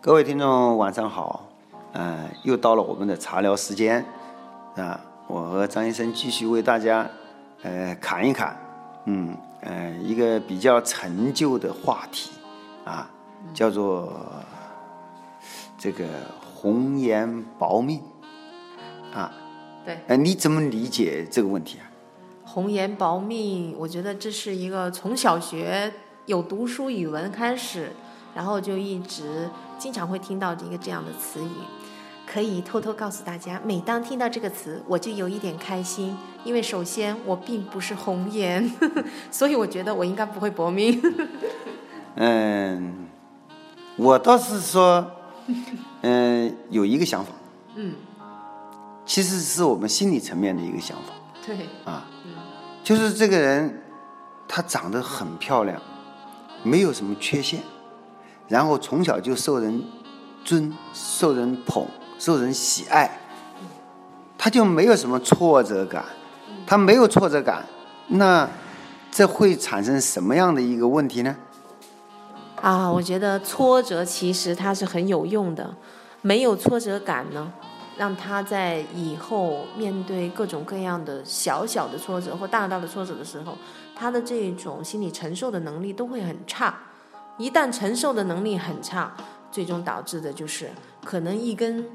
各位听众晚上好，呃，又到了我们的茶聊时间，啊、我和张医生继续为大家，呃，侃一侃，嗯，呃，一个比较陈旧的话题，啊，叫做这个红颜薄命，啊，对，呃，你怎么理解这个问题啊？红颜薄命，我觉得这是一个从小学有读书语文开始，然后就一直经常会听到一个这样的词语。可以偷偷告诉大家，每当听到这个词，我就有一点开心，因为首先我并不是红颜， 所以我觉得我应该不会薄命。 嗯，我倒是说，嗯、有一个想法，嗯，其实是我们心理层面的一个想法，对，就是这个人她长得很漂亮，没有什么缺陷，然后从小就受人尊、受人捧、受人喜爱，她就没有什么挫折感，她没有挫折感，那这会产生什么样的一个问题呢？啊，我觉得挫折其实它是很有用的，没有挫折感呢，让他在以后面对各种各样的小小的挫折或大大的挫折的时候，他的这种心理承受的能力都会很差。一旦承受的能力很差，最终导致的就是可能一根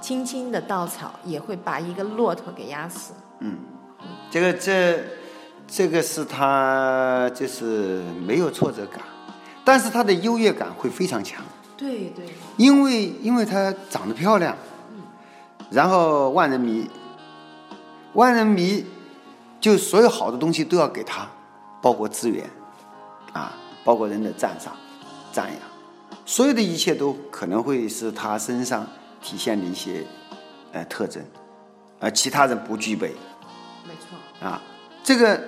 轻轻的稻草也会把一个骆驼给压死。这个这这个是他就是没有挫折感，但是他的优越感会非常强，对对，因为因为她长得漂亮，然后万人迷，万人迷就所有好的东西都要给她，包括资源啊，包括人的赞赏、赞扬，所有的一切都可能会是她身上体现的一些呃特征，而其他人不具备。没错。啊，这个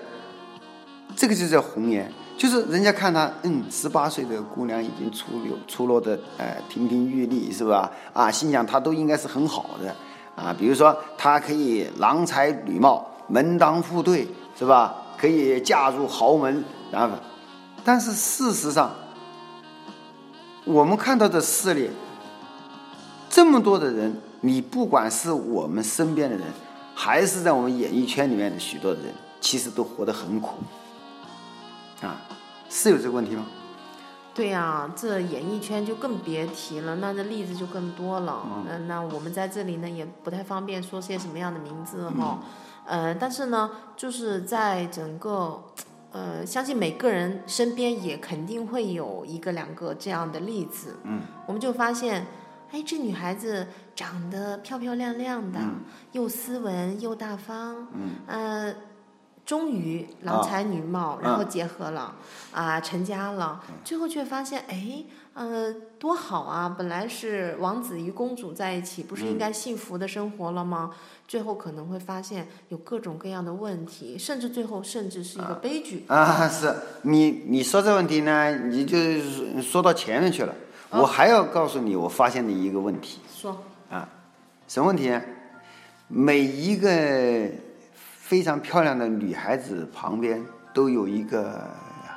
这个就叫红颜，就是人家看她，嗯，十八岁的姑娘已经出流出落的呃亭亭玉立，是吧？啊，心想她都应该是很好的啊，比如说她可以郎才女貌，门当户对，是吧？可以嫁入豪门，然后，但是事实上，我们看到的事例，这么多的人，你不管是我们身边的人，还是在我们演艺圈里面的许多的人，其实都活得很苦，啊，是有这个问题吗？ 对呀、这演艺圈就更别提了，那这例子就更多了。嗯，那我们在这里呢也不太方便说些什么样的名字哈。呃，但是呢，就是在整个，呃，相信每个人身边也肯定会有一个两个这样的例子。嗯，我们就发现，哎，这女孩子长得漂漂亮亮的，又斯文又大方，嗯，呃，终于郎才女貌，啊然后结合了。啊，成家了，最后却发现，哎，呃，多好啊！本来是王子与公主在一起，不是应该幸福的生活了吗？最后可能会发现有各种各样的问题，甚至最后甚至是一个悲剧。啊，是你你说这问题呢，你就说到前面去了。我还要告诉你，我发现的一个问题，说，什么问题呢？每一个非常漂亮的女孩子旁边都有一个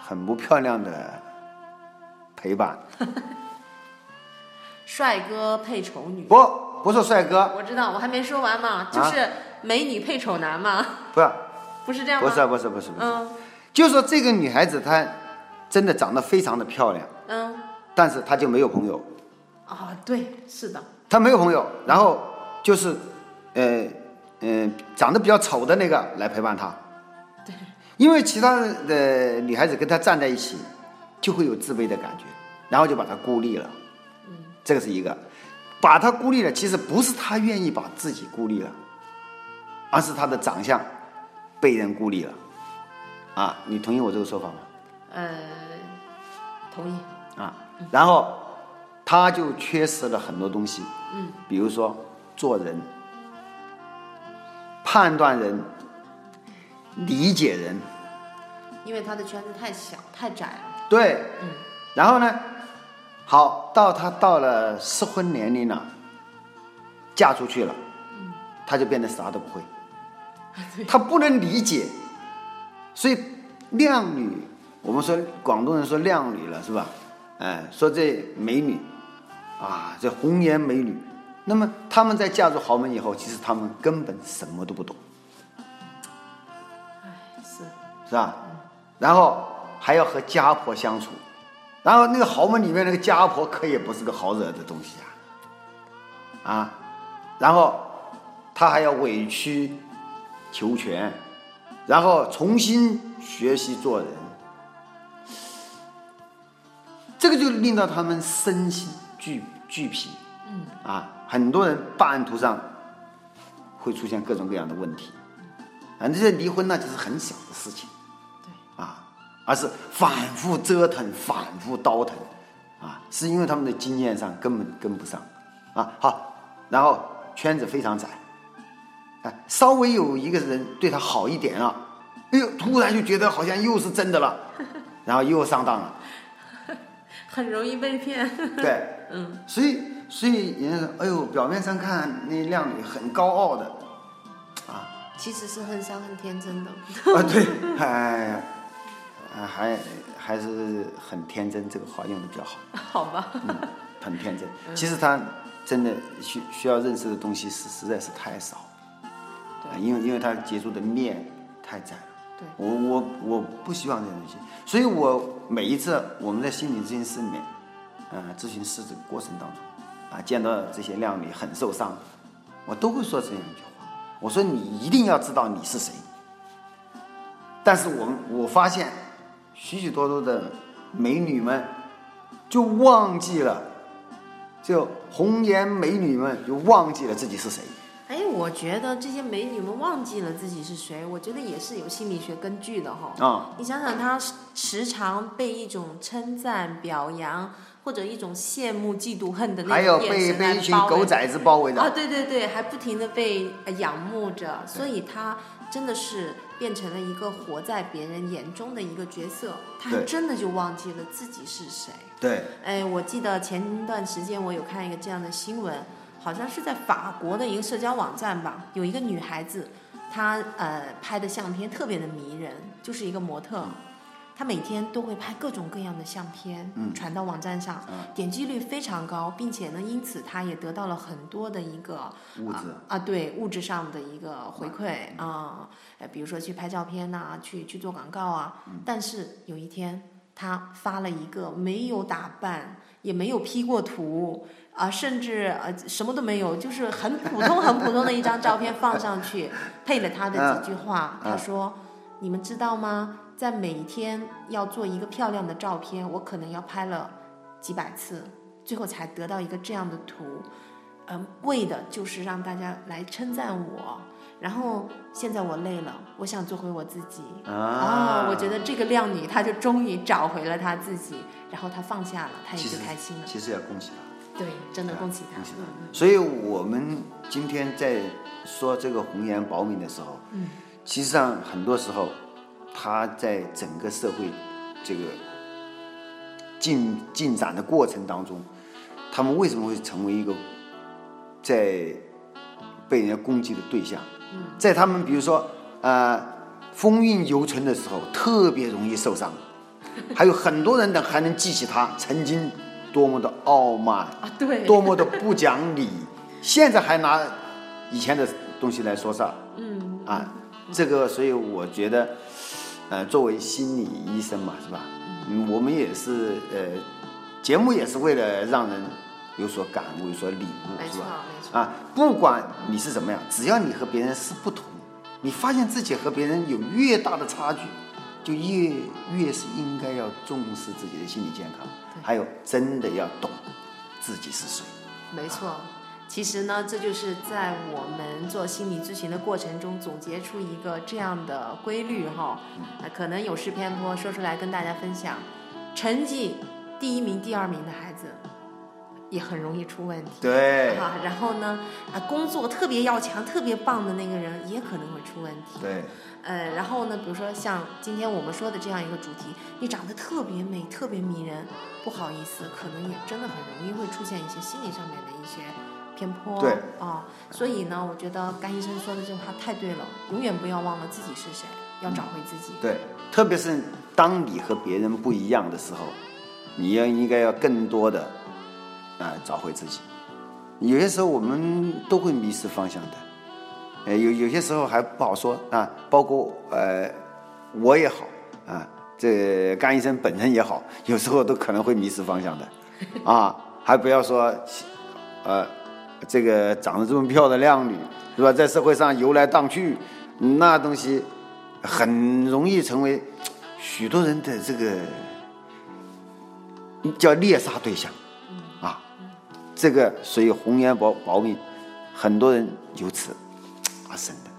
很不漂亮的陪伴，帅哥配丑女，不不是帅哥，我知道，我还没说完嘛，就啊是美女配丑男嘛， 不是不是这样不吗？是不是不是不是，嗯就说这个女孩子她真的长得非常的漂亮，嗯，但是她就没有朋友，啊，对，是的，她没有朋友，然后就是，呃呃，长得比较丑的那个来陪伴她，对，因为其他的呃女孩子跟她站在一起，就会有自卑的感觉，然后就把她孤立了，嗯，这个是一个，把她孤立了，其实不是她愿意把自己孤立了，而是她的长相被人孤立了，啊，你同意我这个说法吗？呃，同意，啊，然后他就缺失了很多东西，嗯，比如说做人、判断人、理解人，因为他的圈子太小太窄了，对，然后呢，好到他到了适婚年龄了，嫁出去了，他就变得啥都不会，他不能理解，所以靓女，我们说广东人说靓女了是吧？哎，说这美女，啊，这红颜美女。那么她们在嫁入豪门以后，其实她们根本什么都不懂，是是吧？然后还要和家婆相处，然后那个豪门里面那个家婆可也不是个好惹的东西啊，啊，然后她还要委曲求全，然后重新学习做人，这个就令到他们身心俱俱疲，嗯，啊，很多人办案途上会出现各种各样的问题，啊，这些离婚那就是很小的事情。啊，而是反复折腾、反复倒腾，啊，是因为他们的经验上根本跟不上，啊，好，然后圈子非常窄，哎，稍微有一个人对他好一点了，哎呦，突然就觉得好像又是真的了，然后又上当了，很容易被骗。 对，嗯，所以所以人家说，哎呦，表面上看那靓女很高傲的，其实是很傻很天真的，啊，对，哎呀，啊还还是很天真，这个话用的比较好。 好吧？嗯很天真。其实他真的需需要认识的东西是实在是太少，啊因为因为他接触的面太窄了。对我我我不希望这种东西，所以我每一次我们在心理咨询室里面，呃，咨询师这个过程当中，啊，见到这些靓女很受伤，我都会说这样一句话，我说你一定要知道你是谁。但是我们我发现，许许多多的美女们就忘记了就红颜美女们就忘记了自己是谁。哎，我觉得这些美女们忘记了自己是谁，我觉得也是有心理学根据的哈。啊你想想，她时时常被一种称赞、表扬或者一种羡慕、嫉妒、恨的还那有种被眼神被来一群包围狗着崽子包围啊，的，对对对，还不停的被呃仰慕着，所以他真的是变成了一个活在别人眼中的一个角色，他还对真的就忘记了自己是谁。对，哎，我记得前段时间我有看一个这样的新闻，好像是在法国的一个社交网站吧，有一个女孩子，她呃拍的相片特别的迷人，就是一个模特。她每天都会拍各种各样的相片，嗯传到网站上，嗯点击率非常高，并且呢，因此她也得到了很多的一个物质啊啊，对物质上的一个回馈嗯啊，呃，比如说去拍照片呐、去去做广告啊。嗯但是有一天，他发了一个没有打扮，也没有 P 过图啊，甚至呃什么都没有，就是很普通很普通的一张照片放上去，配了他的几句话，嗯他说：“你们知道吗？在每天要做一个漂亮的照片，我可能要拍了几百次，最后才得到一个这样的图。”嗯，为的就是让大家来称赞我。然后现在我累了，我想做回我自己。啊我觉得这个靓女她就终于找回了她自己，然后她放下了，她也其就实开心了。其实要恭喜他，对，真的对啊恭喜她。恭喜嗯他。所以我们今天在说这个红颜薄命的时候，嗯，其实上很多时候，他在整个社会这个进进展的过程当中，他们为什么会成为一个在被人家攻击的对象？嗯在他们比如说呃风韵犹存的时候，特别容易受伤。还有很多人呢还能记起他曾经多么的傲慢，啊，对，多么的不讲 理，现在还拿以前的东西来说事儿嗯，啊！这个，所以我觉得，呃，作为心理医生嘛，是吧？嗯，我们也是呃，节目也是为了让人有所感悟、有所领没悟，是错吧？没错。啊，不管你是怎么样，只要你和别人是不同，你发现自己和别人有越大的差距，就越越是应该要重视自己的心理健康，还有真的要懂自己是谁。没错，其实呢，这就是在我们做心理咨询的过程中总结出一个这样的规律哈、呃可能有失偏颇，说出来跟大家分享。成绩第一名、第二名的孩子，也很容易出问题。对啊，然后呢，啊，工作特别要强、特别棒的那个人也可能会出问题。对呃，然后呢，比如说像今天我们说的这样一个主题，你长得特别美、特别迷人，不好意思，可能也真的很容易会出现一些心理上面的一些偏颇。对啊、所以呢，我觉得甘医生说的这话太对了，永远不要忘了自己是谁，要找回自己。对，特别是当你和别人不一样的时候，你要应该要更多的，呃找回自己。有些时候我们都会迷失方向的，呃，有有些时候还不好说啊，包括呃我也好啊，这甘医生本人也好，有时候都可能会迷失方向的，啊，还不要说，呃，这个长得这么漂亮的靓女是吧，在社会上游来荡去，那东西很容易成为呃许多人的这个叫猎杀对象，啊，这个所以红颜薄薄命，很多人由此而生的，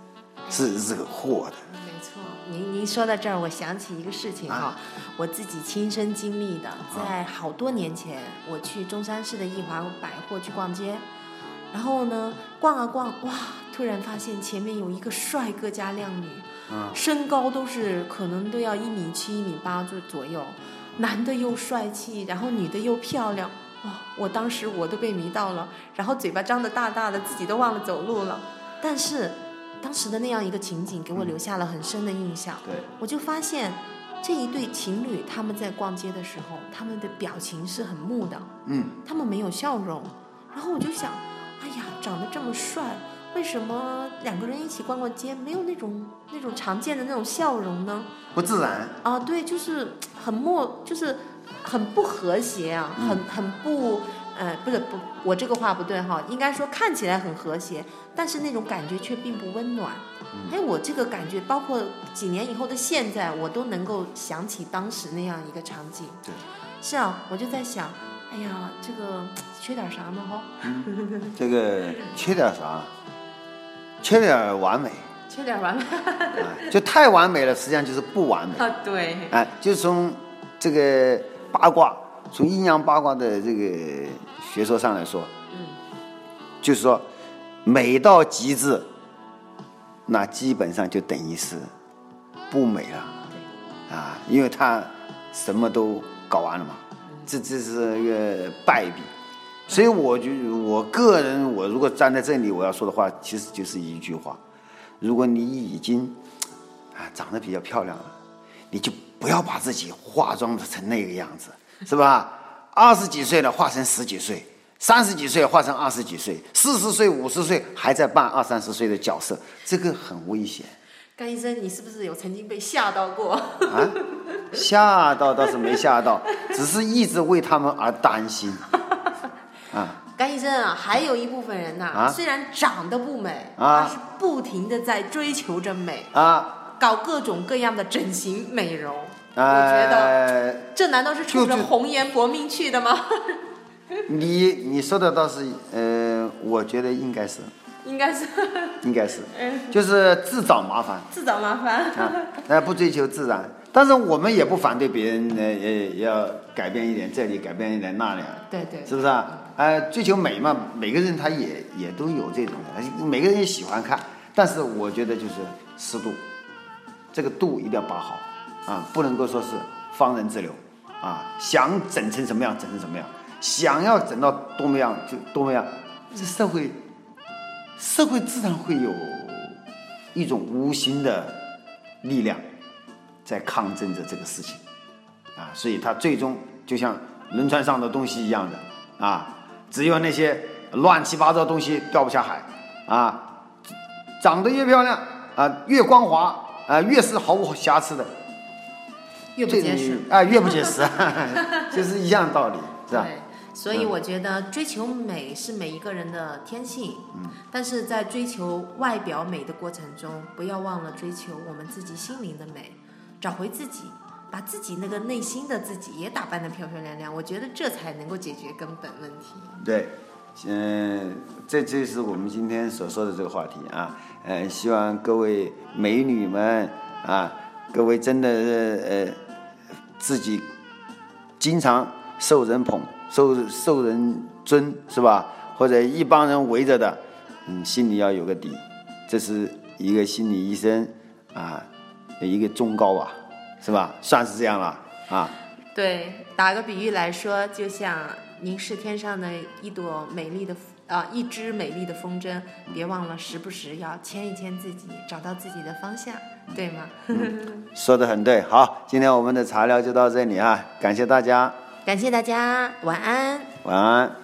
是惹祸的。嗯没错，您您说到这儿，我想起一个事情哈、我自己亲身经历的，在好多年前，我去中山市的易华百货去逛街，然后呢，逛啊逛，哇，突然发现前面有一个帅哥加靓女，身高都是可能都要一米七、一米八左左右，男的又帅气，然后女的又漂亮，哇，我当时我都被迷到了，然后嘴巴张得大大的，自己都忘了走路了，但是。当时的那样一个情景给我留下了很深的印象。对，我就发现这一对情侣他们在逛街的时候，他们的表情是很木的，嗯，他们没有笑容。然后我就想，哎呀，长得这么帅，为什么两个人一起逛逛街没有那种那种常见的那种笑容呢？不自然。啊，对，就是很莫，就是很不和谐啊，很很不，呃，不是不，我这个话不对哈，应该说看起来很和谐，但是那种感觉却并不温暖。哎，我这个感觉，包括几年以后的现在，我都能够想起当时那样一个场景。对，是啊，我就在想，哎呀，这个缺点啥呢？哈，这个缺点啥？缺点完美，缺点完美啊，就太完美了，实际上就是不完美。啊， 对，哎，就从这个八卦，从阴阳八卦的这个学说上来说，嗯，就是说美到极致，那基本上就等于是不美了对，嗯啊，因为他什么都搞完了嘛，这这是一个败笔。所以我就我个人，我如果站在这里我要说的话，其实就是一句话：如果你已经啊长得比较漂亮了，你就不要把自己化妆的成那个样子，是吧？二十几岁了化成十几岁，三十几岁化成二十几岁，四十岁、五十岁还在扮二三十岁的角色，这个很危险。甘医生，你是不是有曾经被吓到过？ 啊，吓到倒是没吓到，只是一直为他们而担心。甘医生啊，还有一部分人呐、啊虽然长得不美，啊但是不停的在追求着美，啊，搞各种各样的整形美容。我觉得呃，这难道是冲就着是红颜薄命去的吗？ 你你说的倒是，呃，我觉得应该是，应该是 应该是，嗯就是自找麻烦自找麻烦。 啊，呃，不追求自然。但是我们也不反对别人，呃，也也要改变一点这里，改变一点那里啊，对对是不是啊？呃，追求美嘛，每个人他也也都有这种的，每个人也喜欢看。但是我觉得就是适度，这个度一定要把好啊，不能够说是放任自流啊，想整成什么样整成什么样，想要整到多么样就多么样，这社会社会自然会有一种无形的力量在抗争着这个事情啊，所以它最终就像轮船上的东西一样的啊，只有那些乱七八糟东西掉不下海啊，长得越漂亮啊、越光滑啊、越是毫无瑕疵的，越不这结实你。啊、越不结实， 就是一样道理，是吧？对，所以我觉得追求美是每一个人的天性，嗯，但是在追求外表美的过程中，不要忘了追求我们自己心灵的美，找回自己，把自己那个内心的自己也打扮得漂漂亮亮。我觉得这才能够解决根本问题。对，嗯、这就是我们今天所说的这个话题啊。呃，希望各位美女们啊，各位真的呃呃，自己经常受人捧、受受人尊是吧？或者一帮人围着的，嗯，心里要有个底。这是一个心理医生啊，一个忠告吧，是吧？算是这样了啊。对，打个比喻来说，就像您是天上的一朵美丽的啊、一支美丽的风筝，别忘了时不时要牵一牵自己，找到自己的方向，对吗？说的很对，好，今天我们的茶聊就到这里啊，感谢大家，感谢大家，晚安。晚安。